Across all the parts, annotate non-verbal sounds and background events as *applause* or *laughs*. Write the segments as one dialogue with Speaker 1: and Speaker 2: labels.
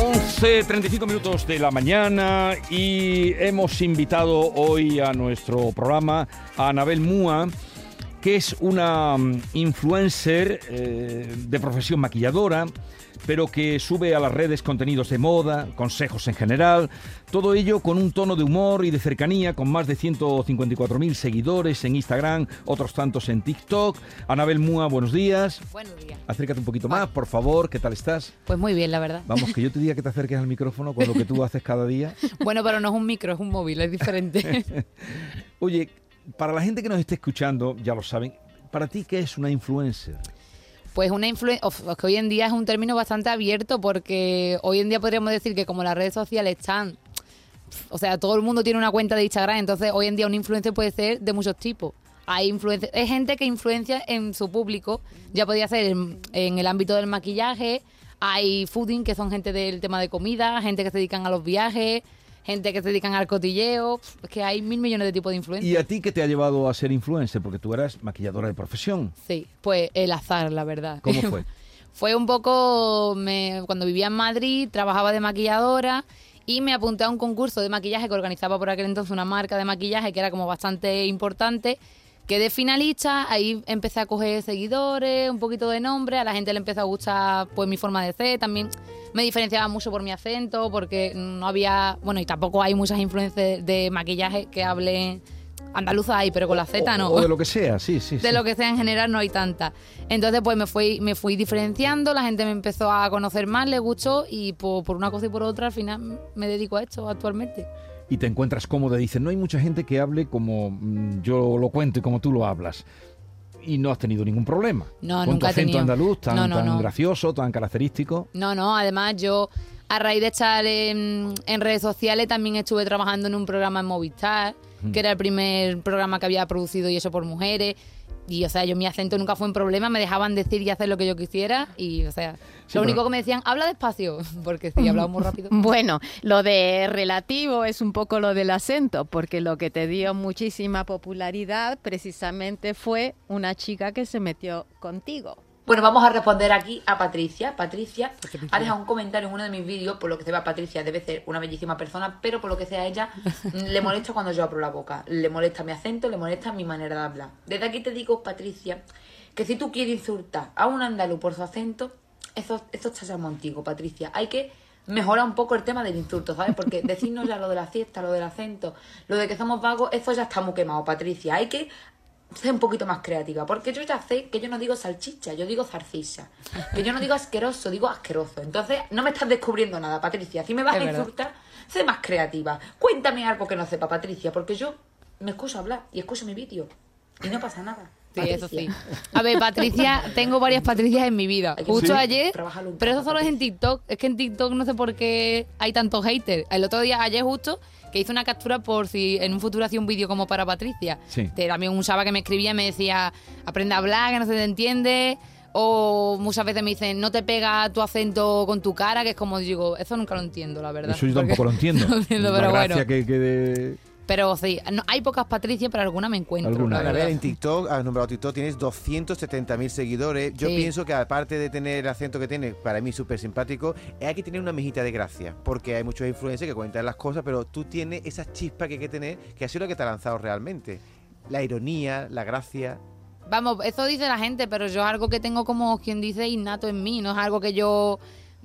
Speaker 1: 11, 35 minutos de la mañana y hemos invitado hoy a nuestro programa a Anabel Mua, que es una mm, influencer eh, de profesión maquilladora, pero que sube a las redes contenidos de moda, consejos en general, todo ello con un tono de humor y de cercanía, con más de 154.000 seguidores en Instagram, otros tantos en TikTok. Anabel Mua, buenos días.
Speaker 2: Buenos días.
Speaker 1: Acércate un poquito más, por favor, ¿qué tal estás?
Speaker 2: Pues muy bien, la
Speaker 1: *laughs*
Speaker 2: verdad.
Speaker 1: Vamos, que yo te diga que te acerques al micrófono con lo que tú haces cada día.
Speaker 2: Bueno, pero no es un micro, es un móvil, es diferente.
Speaker 1: Oye, para la gente que nos esté escuchando, ya lo saben, ¿para ti qué es una influencer?
Speaker 2: Pues una influencia, que hoy en día es un término bastante abierto porque hoy en día podríamos decir que como las redes sociales están, o sea, todo el mundo tiene una cuenta de Instagram, entonces hoy en día un influencer puede ser de muchos tipos. Hay influencia, es gente que influencia en su público, ya podría ser en, en el ámbito del maquillaje, hay fooding que son gente del tema de comida, gente que se dedican a los viajes, gente que se dedican al cotilleo, es que hay mil millones de tipos de influencers.
Speaker 1: ¿Y a ti qué te ha llevado a ser influencer? Porque tú eras maquilladora de profesión.
Speaker 2: Sí, pues el azar, la verdad. *laughs*
Speaker 1: ¿Cómo fue?
Speaker 2: fue un poco, me- cuando vivía en Madrid, trabajaba de maquilladora y me apunté a un concurso de maquillaje que organizaba por aquel entonces una marca de maquillaje que era como bastante importante. Quedé finalista, ahí empecé a coger seguidores, un poquito de nombre, a la gente le empezó a gustar pues mi forma de ser, también me diferenciaba mucho por mi acento, porque no había, bueno, y tampoco hay muchas influencias de maquillaje que hablen andaluza hay, pero con la Z no
Speaker 1: O, o de lo que sea, sí, sí.
Speaker 2: de
Speaker 1: sí.
Speaker 2: lo que sea en general no hay tanta. Entonces, pues me fui, me fui diferenciando, la gente me empezó a conocer más, le gustó y po- por, una cosa y por otra al final me dedico a esto actualmente.
Speaker 1: Y te encuentras cómoda. Dices, no hay mucha gente que hable como mm, yo lo cuento y como tú lo hablas. Y no has tenido ningún problema.
Speaker 2: No,
Speaker 1: Con tu
Speaker 2: nunca he
Speaker 1: acento
Speaker 2: tenido.
Speaker 1: andaluz tan,
Speaker 2: No, no,
Speaker 1: tan
Speaker 2: no.
Speaker 1: gracioso, tan característico.
Speaker 2: No, no, además yo a raíz de estar en, en redes sociales también estuve trabajando en un programa en Movistar, que era el primer programa que había producido y eso por mujeres. Y, o sea, yo mi acento nunca fue un problema, me dejaban decir y hacer lo que yo quisiera. Y, o sea,
Speaker 1: Sí, pero-
Speaker 2: lo único que me decían, habla despacio, *laughs*
Speaker 1: *laughs*
Speaker 2: porque sí, hablaba muy rápido.
Speaker 3: Bueno, lo de relativo es un poco lo del acento, porque lo que te dio muchísima popularidad precisamente fue una chica que se metió contigo.
Speaker 4: Bueno, vamos a responder aquí a Patricia. Patricia ha dejado un comentario en uno de mis vídeos, por lo que se ve a Patricia debe ser una bellísima persona, pero por lo que sea ella, mm, le molesta cuando yo abro la boca. Le molesta mi acento, le molesta mi manera de hablar. Desde aquí te digo, Patricia, que si tú quieres insultar a un andaluz por su acento, eso, eso está ya contigo, Patricia. Hay que mejorar un poco el tema del insulto, ¿sabes? Porque decirnos ya lo de la fiesta, lo del acento, lo de que somos vagos, eso ya está muy quemado, Patricia. Hay que sé un poquito más creativa. Porque yo ya sé que yo no digo salchicha, yo digo zarcisa. Que yo no digo asqueroso, digo asqueroso. Entonces, no me estás descubriendo nada, Patricia. Si me vas
Speaker 2: Es
Speaker 4: a
Speaker 2: verdad.
Speaker 4: insultar, sé más creativa. Cuéntame algo que no sepa, Patricia, porque yo me escucho hablar y escucho mi vídeo. Y no pasa nada.
Speaker 2: Sí, eso sí.
Speaker 4: Patricia.
Speaker 2: A ver,
Speaker 4: *laughs*
Speaker 2: Patricia, tengo varias Patricias en mi vida.
Speaker 4: Hay que
Speaker 2: Justo
Speaker 4: sí.
Speaker 2: ayer,
Speaker 4: trabajarlo un
Speaker 2: pero eso
Speaker 4: poco,
Speaker 2: solo es en
Speaker 4: Patricia.
Speaker 2: TikTok. Es que en TikTok no sé por qué hay tantos haters. El otro día, ayer justo, que hice una captura por si en un futuro hacía un vídeo como para Patricia.
Speaker 1: Sí.
Speaker 2: Te- también un chava que me escribía y me decía, aprende a hablar, que no se te entiende. O muchas veces me dicen, no te pega tu acento con tu cara, que es como digo, eso nunca lo entiendo, la verdad.
Speaker 1: Eso yo
Speaker 2: Porque-
Speaker 1: tampoco lo entiendo.
Speaker 2: *laughs* No entiendo,
Speaker 1: La
Speaker 2: pero
Speaker 1: gracia
Speaker 2: bueno.
Speaker 1: que, que de-
Speaker 2: Pero sí, no- hay pocas Patricias, pero alguna me encuentro.
Speaker 1: Alguna.
Speaker 2: la
Speaker 1: A
Speaker 5: A ver,
Speaker 2: verdad.
Speaker 5: en TikTok, has nombrado TikTok, tienes 270.000 seguidores. Yo
Speaker 2: Sí.
Speaker 5: pienso que aparte de tener el acento que tiene, para mí súper simpático, hay que tener una mejita de gracia, porque hay muchos influencers que cuentan las cosas, pero tú tienes esa chispa que hay que tener, que ha sido lo que te ha lanzado realmente. La ironía, la gracia.
Speaker 2: Vamos, eso dice la gente, pero yo es algo que tengo como quien dice innato en mí, no es algo que yo,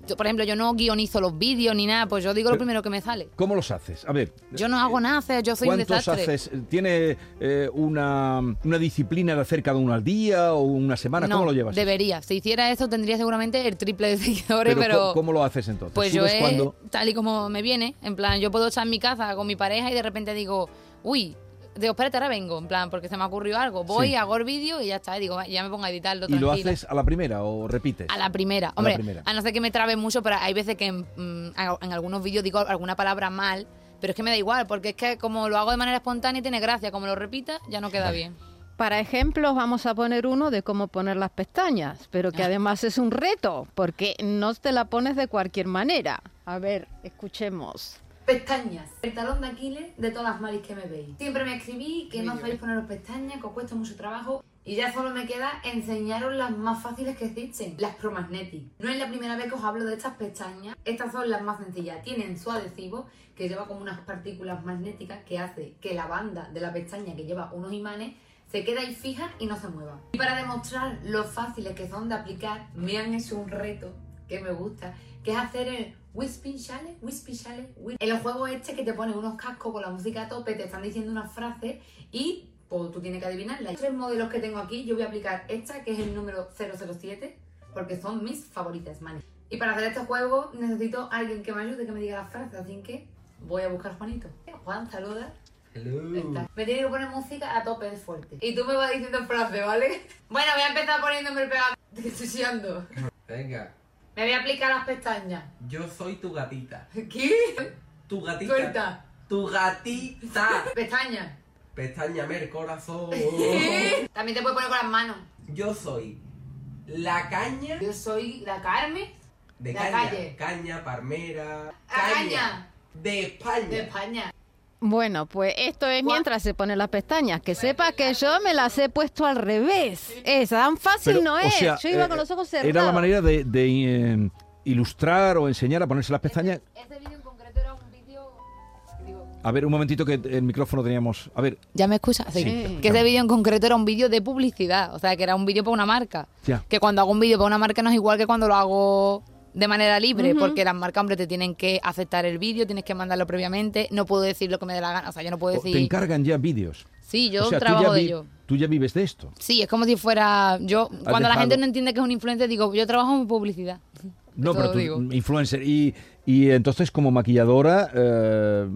Speaker 2: yo, por ejemplo, yo no guionizo los vídeos ni nada, pues yo digo lo
Speaker 1: Pero-
Speaker 2: primero que me sale.
Speaker 1: ¿Cómo los haces? A ver,
Speaker 2: Yo no hago nada, o sea, yo soy un
Speaker 1: ¿Cuántos
Speaker 2: desastre.
Speaker 1: haces? ¿Tiene eh, una, una disciplina de hacer cada uno al día o una semana? ¿Cómo
Speaker 2: No,
Speaker 1: lo llevas?
Speaker 2: Debería. Si hiciera eso tendría seguramente el triple de *laughs* seguidores,
Speaker 1: Pero,
Speaker 2: pero,
Speaker 1: ¿cómo, cómo lo haces entonces?
Speaker 2: pues yo
Speaker 1: ¿Subes
Speaker 2: es
Speaker 1: cuando-
Speaker 2: tal y como me viene. En plan, yo puedo estar en mi casa con mi pareja y de repente digo, uy, digo, espérate, ahora vengo. En plan, porque se me ocurrió algo. Voy,
Speaker 1: Sí.
Speaker 2: hago el vídeo y ya está. Y digo, ya me pongo a editarlo.
Speaker 1: ¿Y lo
Speaker 2: tranquila.
Speaker 1: haces a la primera o repites?
Speaker 2: A la primera. Hombre, a,
Speaker 1: primera.
Speaker 2: no ser que me trabe mucho, pero hay veces que mm, a- en algunos vídeos digo alguna palabra mal, pero es que me da igual, porque es que como lo hago de manera espontánea y tiene gracia, como lo repita, ya no queda bien.
Speaker 3: Para ejemplos vamos a poner uno de cómo poner las pestañas, pero que además es un reto, porque no te la pones de cualquier manera. A ver, escuchemos.
Speaker 6: Pestañas, el talón de Aquiles de todas las malis que me veis. Siempre me escribí que no sabéis poneros pestañas, que os cuesta mucho trabajo
Speaker 4: Y ya solo me queda enseñaros las más fáciles que existen, las Promagnetic. No es la primera vez que os hablo de estas pestañas, estas son las más sencillas. Tienen su adhesivo que lleva como unas partículas magnéticas que hace que la banda de la pestaña que lleva unos imanes se quede ahí fija y no se mueva. Y para demostrar lo fáciles que son de aplicar, me han hecho un reto que me gusta, que es hacer el Whispin Chalet, Whispin Chalet, Whis- El juego este que te pone unos cascos con la música a tope, te están diciendo una frase y pues, tú tienes que adivinarla. Tres modelos que tengo aquí, yo voy a aplicar esta, que es el número 007, porque son mis favoritas, man. Y para hacer este juego necesito a alguien que me ayude, que me diga las frases, así que voy a buscar a Juanito. Juan, saluda. Está. Me tiene que poner música a tope de fuerte. Y tú me vas diciendo frases, ¿vale? *laughs* Bueno, voy a empezar poniéndome el pegamento. *laughs* que Estoy chillando.
Speaker 6: Venga,
Speaker 4: Me voy a aplicar las pestañas. *laughs*
Speaker 6: yo soy tu gatita.
Speaker 4: ¿Qué?
Speaker 6: Tu gatita.
Speaker 4: Suelta.
Speaker 6: Tu gatita.
Speaker 4: Pestañas.
Speaker 6: Pestañame
Speaker 4: *laughs*
Speaker 6: el corazón.
Speaker 4: También te puedes poner con las manos.
Speaker 6: Yo soy la caña
Speaker 4: Yo soy la Carmen
Speaker 6: de
Speaker 4: La
Speaker 6: caña.
Speaker 4: calle.
Speaker 6: Caña, palmera.
Speaker 4: caña.
Speaker 6: De España.
Speaker 4: de España.
Speaker 3: Bueno, pues esto es
Speaker 4: Gua-
Speaker 3: mientras se ponen las pestañas. Que sepas que yo me las he puesto al revés. Es tan fácil
Speaker 1: Pero,
Speaker 3: no
Speaker 1: o
Speaker 3: es.
Speaker 1: sea,
Speaker 3: yo iba
Speaker 1: eh,
Speaker 3: con los ojos cerrados.
Speaker 1: Era la manera de, de, eh, ilustrar o enseñar a ponerse las pestañas.
Speaker 2: Este vídeo en concreto era un vídeo...
Speaker 1: A ver, un momentito que el micrófono teníamos. A ver,
Speaker 2: ¿Ya me escuchas? Sí.
Speaker 1: Sí.
Speaker 2: Que ese vídeo en concreto era un vídeo de publicidad, o sea, que era un vídeo para una marca.
Speaker 1: Ya.
Speaker 2: Que cuando hago un vídeo para una marca no es igual que cuando lo hago de manera libre, porque las marcas, hombre, te tienen que aceptar el vídeo, tienes que mandarlo previamente, no puedo decir lo que me dé la gana, o sea, yo no puedo
Speaker 1: o- te
Speaker 2: decir...
Speaker 1: encargan ya vídeos.
Speaker 2: Sí, Pues yo
Speaker 1: O sea, tú ya
Speaker 2: trabajo de
Speaker 1: vi-
Speaker 2: ello.
Speaker 1: Tú ya vives de esto.
Speaker 2: Sí, es como si fuera. Yo, cuando la
Speaker 1: dejado-
Speaker 2: gente no entiende que es un influencer, digo, yo trabajo en publicidad.
Speaker 1: No,
Speaker 2: Eso
Speaker 1: pero tú,
Speaker 2: digo.
Speaker 1: influencer. Y, y entonces, como maquilladora, eh,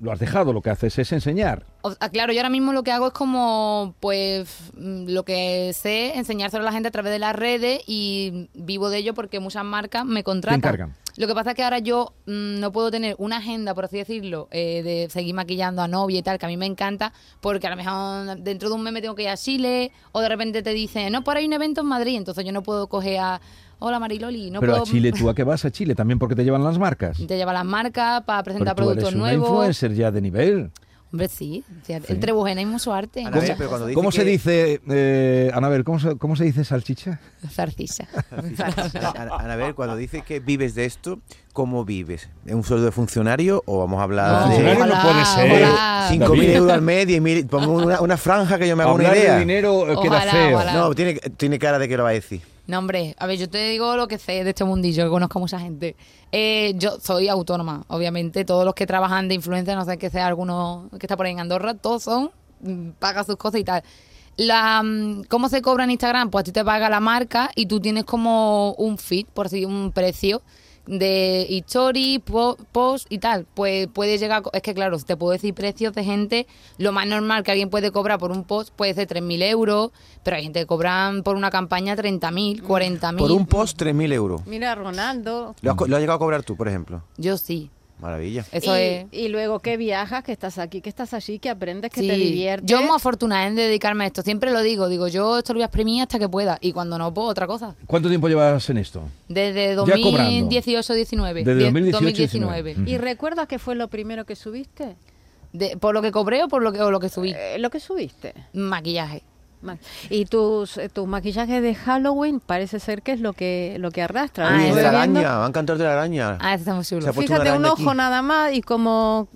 Speaker 1: lo has dejado, lo que haces es enseñar.
Speaker 2: O sea, claro, yo ahora mismo lo que hago es como, pues, mm, lo que sé, enseñárselo a la gente a través de las redes y vivo de ello porque muchas marcas me contratan.
Speaker 1: encargan.
Speaker 2: Lo que pasa es que ahora yo mm, no puedo tener una agenda, por así decirlo, eh, de seguir maquillando a novia y tal, que a mí me encanta, porque a lo mejor dentro de un mes me tengo que ir a Chile o de repente te dicen, no, por ahí hay un evento en Madrid, entonces yo no puedo coger a, hola Mariloli, no
Speaker 1: pero
Speaker 2: puedo...
Speaker 1: a Chile,
Speaker 2: *laughs*
Speaker 1: ¿tú a qué vas a Chile? También porque te llevan las marcas.
Speaker 2: Te lleva las marcas para presentar
Speaker 1: Pero tú
Speaker 2: productos
Speaker 1: eres una
Speaker 2: nuevos.
Speaker 1: influencer ya de nivel.
Speaker 2: Hombre, sí. o sea,
Speaker 1: Sí.
Speaker 2: El Trebujena hay mucho arte.
Speaker 5: Ana,
Speaker 2: muchas
Speaker 5: eh, pero cuando dice
Speaker 1: ¿Cómo se
Speaker 5: que-
Speaker 1: dice, eh, Anabel, ¿cómo se, cómo se dice salchicha?
Speaker 2: cosas. Zarcisa.
Speaker 5: Ana- Ana- Anabel, cuando dices que vives de esto, ¿cómo vives? ¿En un sueldo de funcionario o vamos a hablar
Speaker 2: No,
Speaker 5: de
Speaker 1: Funcionario
Speaker 2: ojalá,
Speaker 1: puede
Speaker 5: de
Speaker 1: ser.
Speaker 2: ojalá.
Speaker 5: 5.000
Speaker 1: David.
Speaker 5: euros al mes, 10.000? Pongo una, una franja que yo me haga una
Speaker 1: Hablar de
Speaker 5: idea.
Speaker 1: dinero eh, queda
Speaker 2: Ojalá,
Speaker 1: feo.
Speaker 2: ojalá.
Speaker 5: No, tiene, tiene cara de que lo va a decir.
Speaker 2: No, hombre, a ver, yo te digo lo que sé de este mundillo, que conozco a mucha gente. Eh, yo soy autónoma, obviamente. Todos los que trabajan de influencia, no sé que sea alguno que está por ahí en Andorra, todos son, mm, paga sus cosas y tal. La, mm, ¿Cómo se cobra en Instagram? Pues a ti te paga la marca y tú tienes como un feed, por así un precio de story, po- post y tal. Pues puede llegar, a co- es que claro, te puedo decir precios de gente, lo más normal que alguien puede cobrar por un post puede ser 3.000 euros, pero hay gente que cobran por una campaña
Speaker 1: Mm.
Speaker 2: 30.000, 40.000.
Speaker 5: Por un post, 3.000 euros.
Speaker 3: Mira, Ronaldo.
Speaker 5: Lo has, co- lo has llegado a cobrar tú, por ejemplo.
Speaker 2: Yo sí,
Speaker 5: Maravilla.
Speaker 2: eso
Speaker 3: y,
Speaker 2: es.
Speaker 3: y luego que viajas, que estás aquí, que estás allí, que aprendes, que
Speaker 2: Sí.
Speaker 3: te diviertes.
Speaker 2: Yo me afortunada en dedicarme a esto, siempre lo digo, digo, yo esto lo voy a exprimir hasta que pueda y cuando no puedo, otra cosa.
Speaker 1: ¿Cuánto tiempo llevas en esto?
Speaker 2: Desde
Speaker 1: Ya cobrando.
Speaker 2: 2018-19.
Speaker 1: Desde 2018-19.
Speaker 3: ¿Y recuerdas qué fue lo primero que subiste?
Speaker 2: De- ¿Por lo que cobré o por lo que, o lo que subí?
Speaker 3: Eh, lo que subiste.
Speaker 2: Maquillaje.
Speaker 3: Ma- Y tus, eh, tus maquillajes de Halloween parece ser que es lo que, lo que arrastra.
Speaker 2: Ah,
Speaker 5: Uy,
Speaker 2: eso
Speaker 5: de
Speaker 2: es
Speaker 5: la
Speaker 3: Viendo-
Speaker 5: araña, van a cantar de la araña.
Speaker 2: Ah, ese está muy chulo.
Speaker 5: Se ha puesto una
Speaker 3: Fíjate un
Speaker 5: araña aquí.
Speaker 3: ojo nada más y como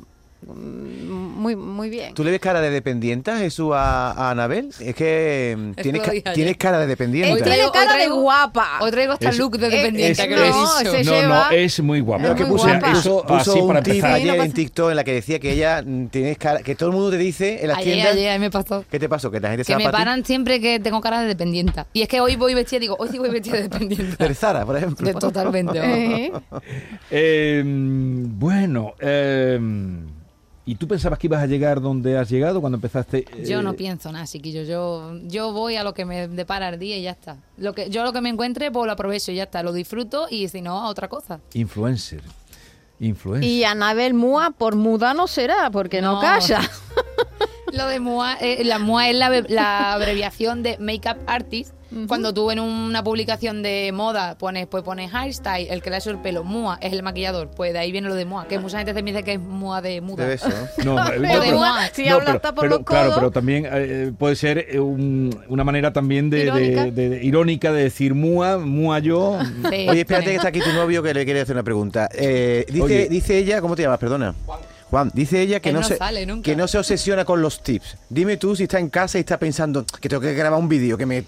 Speaker 3: mm, muy, muy bien.
Speaker 5: ¿Tú le ves cara de dependienta, Jesús, a, a Anabel? Es que mm,
Speaker 2: que
Speaker 5: tienes,
Speaker 2: lo
Speaker 5: ca-
Speaker 2: dije ayer.
Speaker 5: tienes cara de
Speaker 3: Él
Speaker 5: dependiente.
Speaker 2: Hoy
Speaker 3: tiene
Speaker 2: traigo-
Speaker 3: cara
Speaker 2: hoy traigo-
Speaker 3: de guapa.
Speaker 2: *laughs* Hoy traigo hasta
Speaker 1: Es-
Speaker 2: look de
Speaker 3: es-
Speaker 2: dependiente,
Speaker 3: es-
Speaker 2: que lo he
Speaker 3: no,
Speaker 2: dicho.
Speaker 3: se
Speaker 1: eh, no, no,
Speaker 3: lleva-
Speaker 1: es muy guapa.
Speaker 5: Lo que
Speaker 3: muy
Speaker 5: puso,
Speaker 1: O sea,
Speaker 3: guapa.
Speaker 1: eso
Speaker 5: puso
Speaker 1: así para
Speaker 5: un tip
Speaker 1: empezar.
Speaker 3: Ahí no
Speaker 5: ayer en
Speaker 3: pasa-
Speaker 5: TikTok en la que decía que ella mm, tienes cara, que todo el mundo te dice en las
Speaker 2: Ayer,
Speaker 5: tiendas.
Speaker 2: ayer, ayer me pasó.
Speaker 5: ¿Qué te pasó? Que la gente se
Speaker 2: Que
Speaker 5: va
Speaker 2: me
Speaker 5: para ti?
Speaker 2: paran siempre que tengo cara de dependienta. Y es que hoy voy vestida, digo, hoy sí voy vestida de dependiente.
Speaker 5: *laughs* De Zara, por ejemplo.
Speaker 2: De
Speaker 5: *laughs*
Speaker 2: totalmente. vamos.
Speaker 1: Eh,
Speaker 3: Eh,
Speaker 1: bueno, eh, ¿y tú pensabas que ibas a llegar donde has llegado cuando empezaste? eh,
Speaker 2: Yo no pienso nada, chiquillo. Yo, yo voy a lo que me depara el día y ya está. Lo que, yo lo que me encuentre, pues lo aprovecho y ya está. Lo disfruto y si no, a otra cosa.
Speaker 1: Influencer. Influencer.
Speaker 3: Y Anabel Mua por muda no será, porque no,
Speaker 2: No.
Speaker 3: calla.
Speaker 2: *laughs* Lo de MUA, eh, la MUA es la, be- la abreviación de Makeup Artist, Cuando tú en una publicación de moda pones, pues pones hairstyle, el que le ha hecho el pelo, mua, es el maquillador. Pues de ahí viene lo de mua, que mucha gente se me dice que es mua de muda.
Speaker 5: Debe ser.
Speaker 1: No,
Speaker 2: Pero
Speaker 1: pero-
Speaker 2: igual,
Speaker 3: si
Speaker 1: no,
Speaker 3: habla
Speaker 1: pero-
Speaker 3: hasta por
Speaker 1: pero,
Speaker 3: los
Speaker 1: Claro,
Speaker 3: codos.
Speaker 1: pero también eh, puede ser eh, un- una manera también de
Speaker 3: Irónica.
Speaker 1: de- de- de- irónica de decir mua, mua yo.
Speaker 2: Sí,
Speaker 5: Oye, espérate que
Speaker 2: pone-
Speaker 5: está aquí tu novio que le quiere hacer una pregunta. Eh,
Speaker 1: Oye.
Speaker 5: dice, dice ella, ¿cómo te llamas? Perdona. Juan, dice ella que
Speaker 2: Él
Speaker 5: no,
Speaker 2: no
Speaker 5: se,
Speaker 2: sale nunca.
Speaker 5: que no se obsesiona con los tips. Dime tú si está en casa y está pensando que tengo que grabar un vídeo, que me...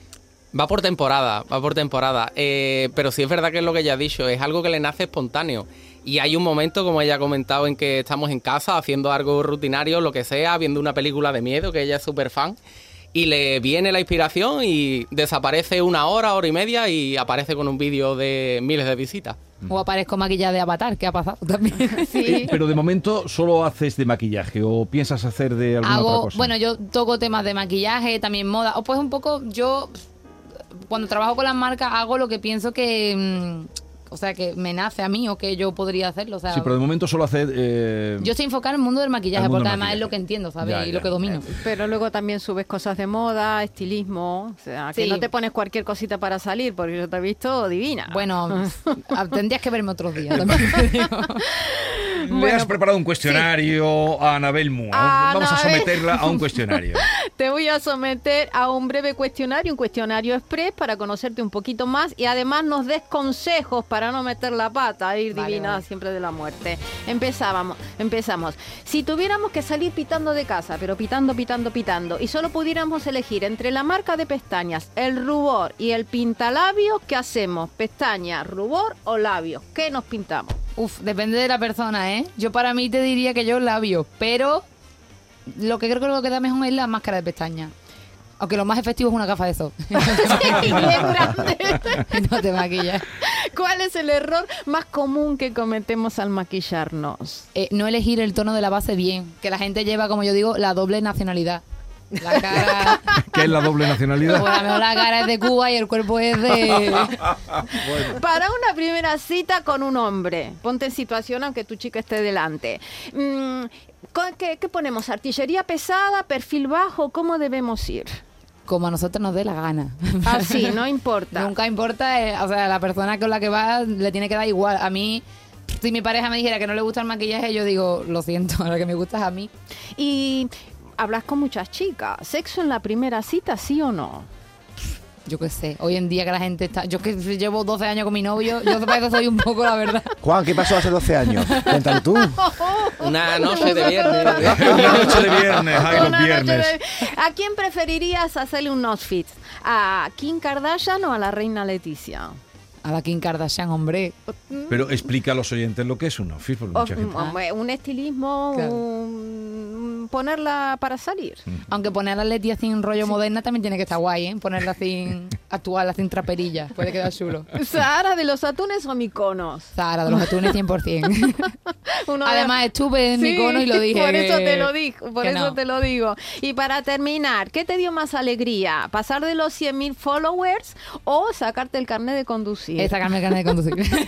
Speaker 7: Va por temporada, va por temporada. Eh, pero sí es verdad que es lo que ella ha dicho, es algo que le nace espontáneo. Y hay un momento, como ella ha comentado, en que estamos en casa haciendo algo rutinario, lo que sea, viendo una película de miedo, que ella es súper fan. Y le viene la inspiración y desaparece una hora, hora y media y aparece con un vídeo de miles de visitas.
Speaker 2: O aparezco maquillada de avatar, que ha pasado también.
Speaker 3: Sí.
Speaker 1: Eh, Pero de momento solo haces de maquillaje o piensas hacer de alguna otra
Speaker 2: Hago,
Speaker 1: cosa.
Speaker 2: bueno, yo toco temas de maquillaje, también moda. O pues un poco, yo cuando trabajo con las marcas hago lo que pienso que, mm, o sea, que me nace a mí o que yo podría hacerlo. O sea,
Speaker 1: Sí, pero de momento solo haces... eh,
Speaker 2: yo estoy enfocada en el mundo del maquillaje,
Speaker 1: Al mundo
Speaker 2: porque
Speaker 1: del
Speaker 2: además es
Speaker 1: maquillaje.
Speaker 2: lo que entiendo, ¿sabes?
Speaker 1: Ya,
Speaker 2: y
Speaker 1: ya. Eh,
Speaker 2: lo que domino.
Speaker 3: Pero luego también subes cosas de moda, estilismo, o sea, que
Speaker 2: Sí.
Speaker 3: no te pones cualquier cosita para salir, porque yo te he visto divina.
Speaker 1: *laughs*
Speaker 2: Bueno, ah, tendrías que verme otros días también. te digo.
Speaker 1: Le
Speaker 3: Bueno,
Speaker 1: has preparado un cuestionario a Anabel Mua.
Speaker 3: A
Speaker 1: Vamos a
Speaker 3: Anabel.
Speaker 1: someterla a un *laughs* cuestionario.
Speaker 3: Te voy a someter a un breve cuestionario, un cuestionario express para conocerte un poquito más y además nos des consejos para no meter la pata, ir
Speaker 2: Vale,
Speaker 3: divina
Speaker 2: vale.
Speaker 3: siempre de la muerte. Empezábamos, empezamos. Si tuviéramos que salir pitando de casa, pero pitando, pitando, pitando, y solo pudiéramos elegir entre la marca de pestañas, el rubor y el pintalabios, ¿qué hacemos? ¿Pestañas, rubor o labios? ¿Qué nos pintamos?
Speaker 2: *laughs* Uf, depende de la persona, ¿eh? Yo para mí te diría que yo labio, pero lo que creo que lo que da mejor es la máscara de pestaña. Aunque lo más efectivo es una gafa *laughs* de sol.
Speaker 3: Y es grande.
Speaker 2: no te maquillas.
Speaker 3: *laughs* ¿Cuál es el error más común que cometemos al maquillarnos?
Speaker 2: eh, no elegir el tono de la base bien. Que la gente lleva, como yo digo, la doble nacionalidad.
Speaker 1: *laughs*
Speaker 2: La cara,
Speaker 1: ¿Qué es la doble *laughs*
Speaker 2: pues
Speaker 1: nacionalidad?
Speaker 2: a lo mejor la cara es de Cuba y el cuerpo es
Speaker 1: *laughs*
Speaker 2: de...
Speaker 3: Para una primera cita con un hombre, ponte en situación aunque tu chica esté delante. Mm, ¿con ¿Qué, qué ponemos? ¿Artillería pesada? ¿Perfil bajo? ¿Cómo debemos ir?
Speaker 2: Como a nosotros nos dé la gana.
Speaker 1: Ah,
Speaker 3: Así,
Speaker 2: *laughs*
Speaker 3: no importa.
Speaker 2: Nunca importa, eh, o sea, la persona con la que va le tiene que dar igual. A mí, si mi pareja me dijera que no le gusta el maquillaje, yo digo, lo siento, *laughs* lo que me gusta es a mí.
Speaker 3: Y hablas con muchas chicas. ¿Sexo en la primera cita, sí
Speaker 2: *laughs*
Speaker 3: o no?
Speaker 2: Yo qué sé, hoy en día que la gente está... Yo que llevo 12 años con mi novio, yo para eso soy un poco, la verdad.
Speaker 5: Juan, ¿qué pasó hace 12 años?
Speaker 2: *laughs*
Speaker 5: Cuéntalo tú.
Speaker 7: Una noche de viernes.
Speaker 1: *laughs* Una noche de viernes, ay, los
Speaker 3: Una noche
Speaker 1: viernes.
Speaker 3: de- ¿A quién preferirías hacerle un outfit? ¿A Kim Kardashian o a la reina Leticia?
Speaker 2: A la Kim Kardashian, hombre.
Speaker 1: Pero explica a los oyentes lo que es un office, porque mucha
Speaker 3: O- mm,
Speaker 1: gente...
Speaker 3: hombre, un estilismo,
Speaker 2: Claro.
Speaker 3: un- ponerla para salir.
Speaker 2: Aunque poner la Leti así en rollo moderna también tiene que estar guay, ¿eh? Ponerla así actual, así en traperilla. Puede quedar chulo.
Speaker 3: ¿Sahara de los atunes o miconos?
Speaker 2: Sara, de los atunes 100%.
Speaker 3: Uno de-
Speaker 2: Además, estuve en
Speaker 3: Sí,
Speaker 2: mi cono y lo dije.
Speaker 3: Por eso te lo
Speaker 2: dije.
Speaker 3: digo, por
Speaker 2: que
Speaker 3: eso
Speaker 2: no.
Speaker 3: te lo digo. Y para terminar, ¿qué te dio más alegría? ¿Pasar de los 100.000 followers o sacarte el carnet de conducir?
Speaker 2: sacarme el carnet de conducir.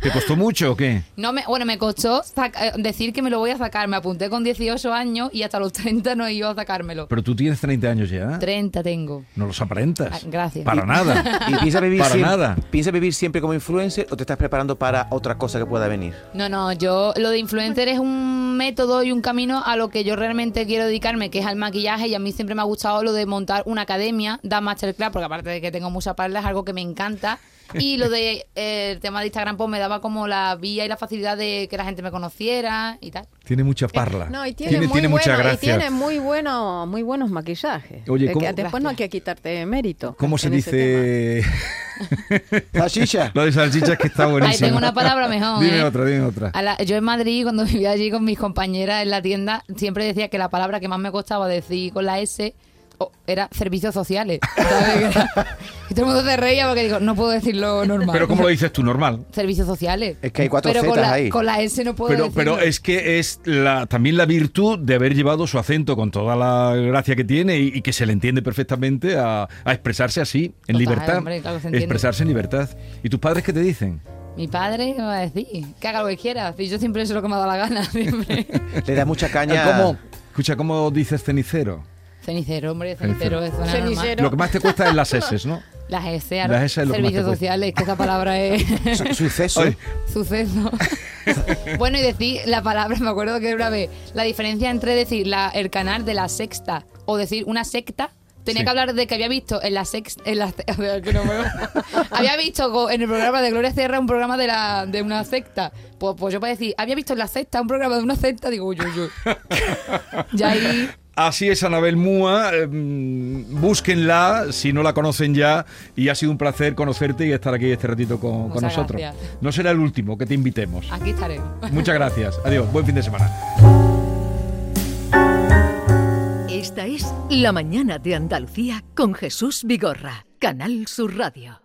Speaker 1: ¿Te costó mucho o qué?
Speaker 2: No me, bueno, me costó sac- eh, decir que me lo voy a sacar. Me apunté con 18 años y hasta los *laughs* 30 no iba a sacármelo.
Speaker 1: Pero tú tienes 30 años ya.
Speaker 2: 30 tengo.
Speaker 1: No los aparentas.
Speaker 2: Ah, gracias.
Speaker 1: Para
Speaker 3: *laughs*
Speaker 1: nada.
Speaker 5: ¿Y piensas vivir,
Speaker 1: Para
Speaker 5: siem-
Speaker 1: nada.
Speaker 5: ¿Piensas vivir siempre como influencer o te estás preparando para otra cosa que pueda
Speaker 1: *laughs*
Speaker 5: venir?
Speaker 2: No, no, yo lo de influencer es un método y un camino a lo que yo realmente quiero dedicarme, que es al maquillaje y a mí siempre me ha gustado lo de montar una academia, dar masterclass, porque aparte de que tengo mucha parla es algo que me encanta. Y lo de eh, el tema de Instagram pues me daba como la vía y la facilidad de que la gente me conociera y tal.
Speaker 1: Tiene mucha parla.
Speaker 3: No, y tiene, muy, bueno,
Speaker 1: mucha
Speaker 3: y
Speaker 1: gracia.
Speaker 3: tiene muy bueno, muy buenos maquillajes.
Speaker 1: Oye,
Speaker 3: Que-
Speaker 1: ¿cómo-
Speaker 3: que después no hay que quitarte mérito.
Speaker 1: ¿Cómo se
Speaker 3: en ese tema.
Speaker 1: dice
Speaker 5: Salchicha.
Speaker 1: *laughs* lo de salchichas que está buenísimo?
Speaker 2: Ahí tengo una palabra mejor.
Speaker 1: Dime
Speaker 2: ¿eh?
Speaker 1: otra, dime otra.
Speaker 2: A la- yo en Madrid, cuando *laughs* vivía allí con mis compañeras en la tienda, siempre decía que la palabra que más me costaba decir con la S o- era servicios sociales. *laughs* ¿sabes? Que era- y todo el mundo se reía porque digo, no puedo decirlo normal.
Speaker 1: Pero ¿cómo lo dices tú? Normal.
Speaker 2: Servicios sociales.
Speaker 5: Es que hay cuatro
Speaker 2: pero con
Speaker 5: Zetas
Speaker 2: la,
Speaker 5: ahí.
Speaker 2: con la S no puedo
Speaker 1: Pero,
Speaker 2: decirlo.
Speaker 1: pero es que es la, también la virtud de haber llevado su acento con toda la gracia que tiene y, y que se le entiende perfectamente a, a expresarse así, en
Speaker 2: Total,
Speaker 1: libertad.
Speaker 2: hombre, claro que se entiende.
Speaker 1: expresarse en libertad. ¿Y tus padres qué te dicen?
Speaker 2: Mi padre me va a decir que haga lo que quiera. Y yo siempre eso es lo que me ha dado la
Speaker 1: *laughs*
Speaker 2: gana. *laughs* siempre.
Speaker 5: Le das mucha caña.
Speaker 1: Ah, ¿Cómo? Escucha, ¿cómo dices cenicero?
Speaker 2: cenicero, hombre, cenicero.
Speaker 1: Cenicero.
Speaker 2: es una normal.
Speaker 3: Cenicero. Pero-
Speaker 1: Lo que más te cuesta es las S, ¿no?
Speaker 2: Las ESEA,
Speaker 1: Las ESEA es lo que más te
Speaker 2: servicios
Speaker 1: cuesta.
Speaker 2: sociales, que esa palabra es
Speaker 1: *laughs*
Speaker 5: Su- Suceso.
Speaker 1: Oye,
Speaker 2: suceso. bueno, y decir la palabra, me acuerdo que una vez, la diferencia entre decir la, el canal de la sexta o decir una secta. Tenía
Speaker 1: Sí.
Speaker 2: que hablar de que había visto en la sexta. En la, *laughs* a ver, que no me- había visto co- en el programa de Gloria Sierra un programa de, la, de una secta. Pues, pues yo para decir, había visto en la sexta un programa de una secta, digo, uy, uy, uy. Ya ahí.
Speaker 1: Así es Anabel Mua, eh, mm, búsquenla si no la conocen ya y ha sido un placer conocerte y estar aquí este ratito con, con
Speaker 2: Muchas
Speaker 1: nosotros.
Speaker 2: gracias.
Speaker 1: No será el último que te
Speaker 2: *laughs*
Speaker 1: invitemos.
Speaker 2: Aquí estaremos.
Speaker 1: Muchas gracias, adiós, buen fin de semana.
Speaker 8: Esta es La Mañana de Andalucía con Jesús Vigorra, Canal Sur Radio.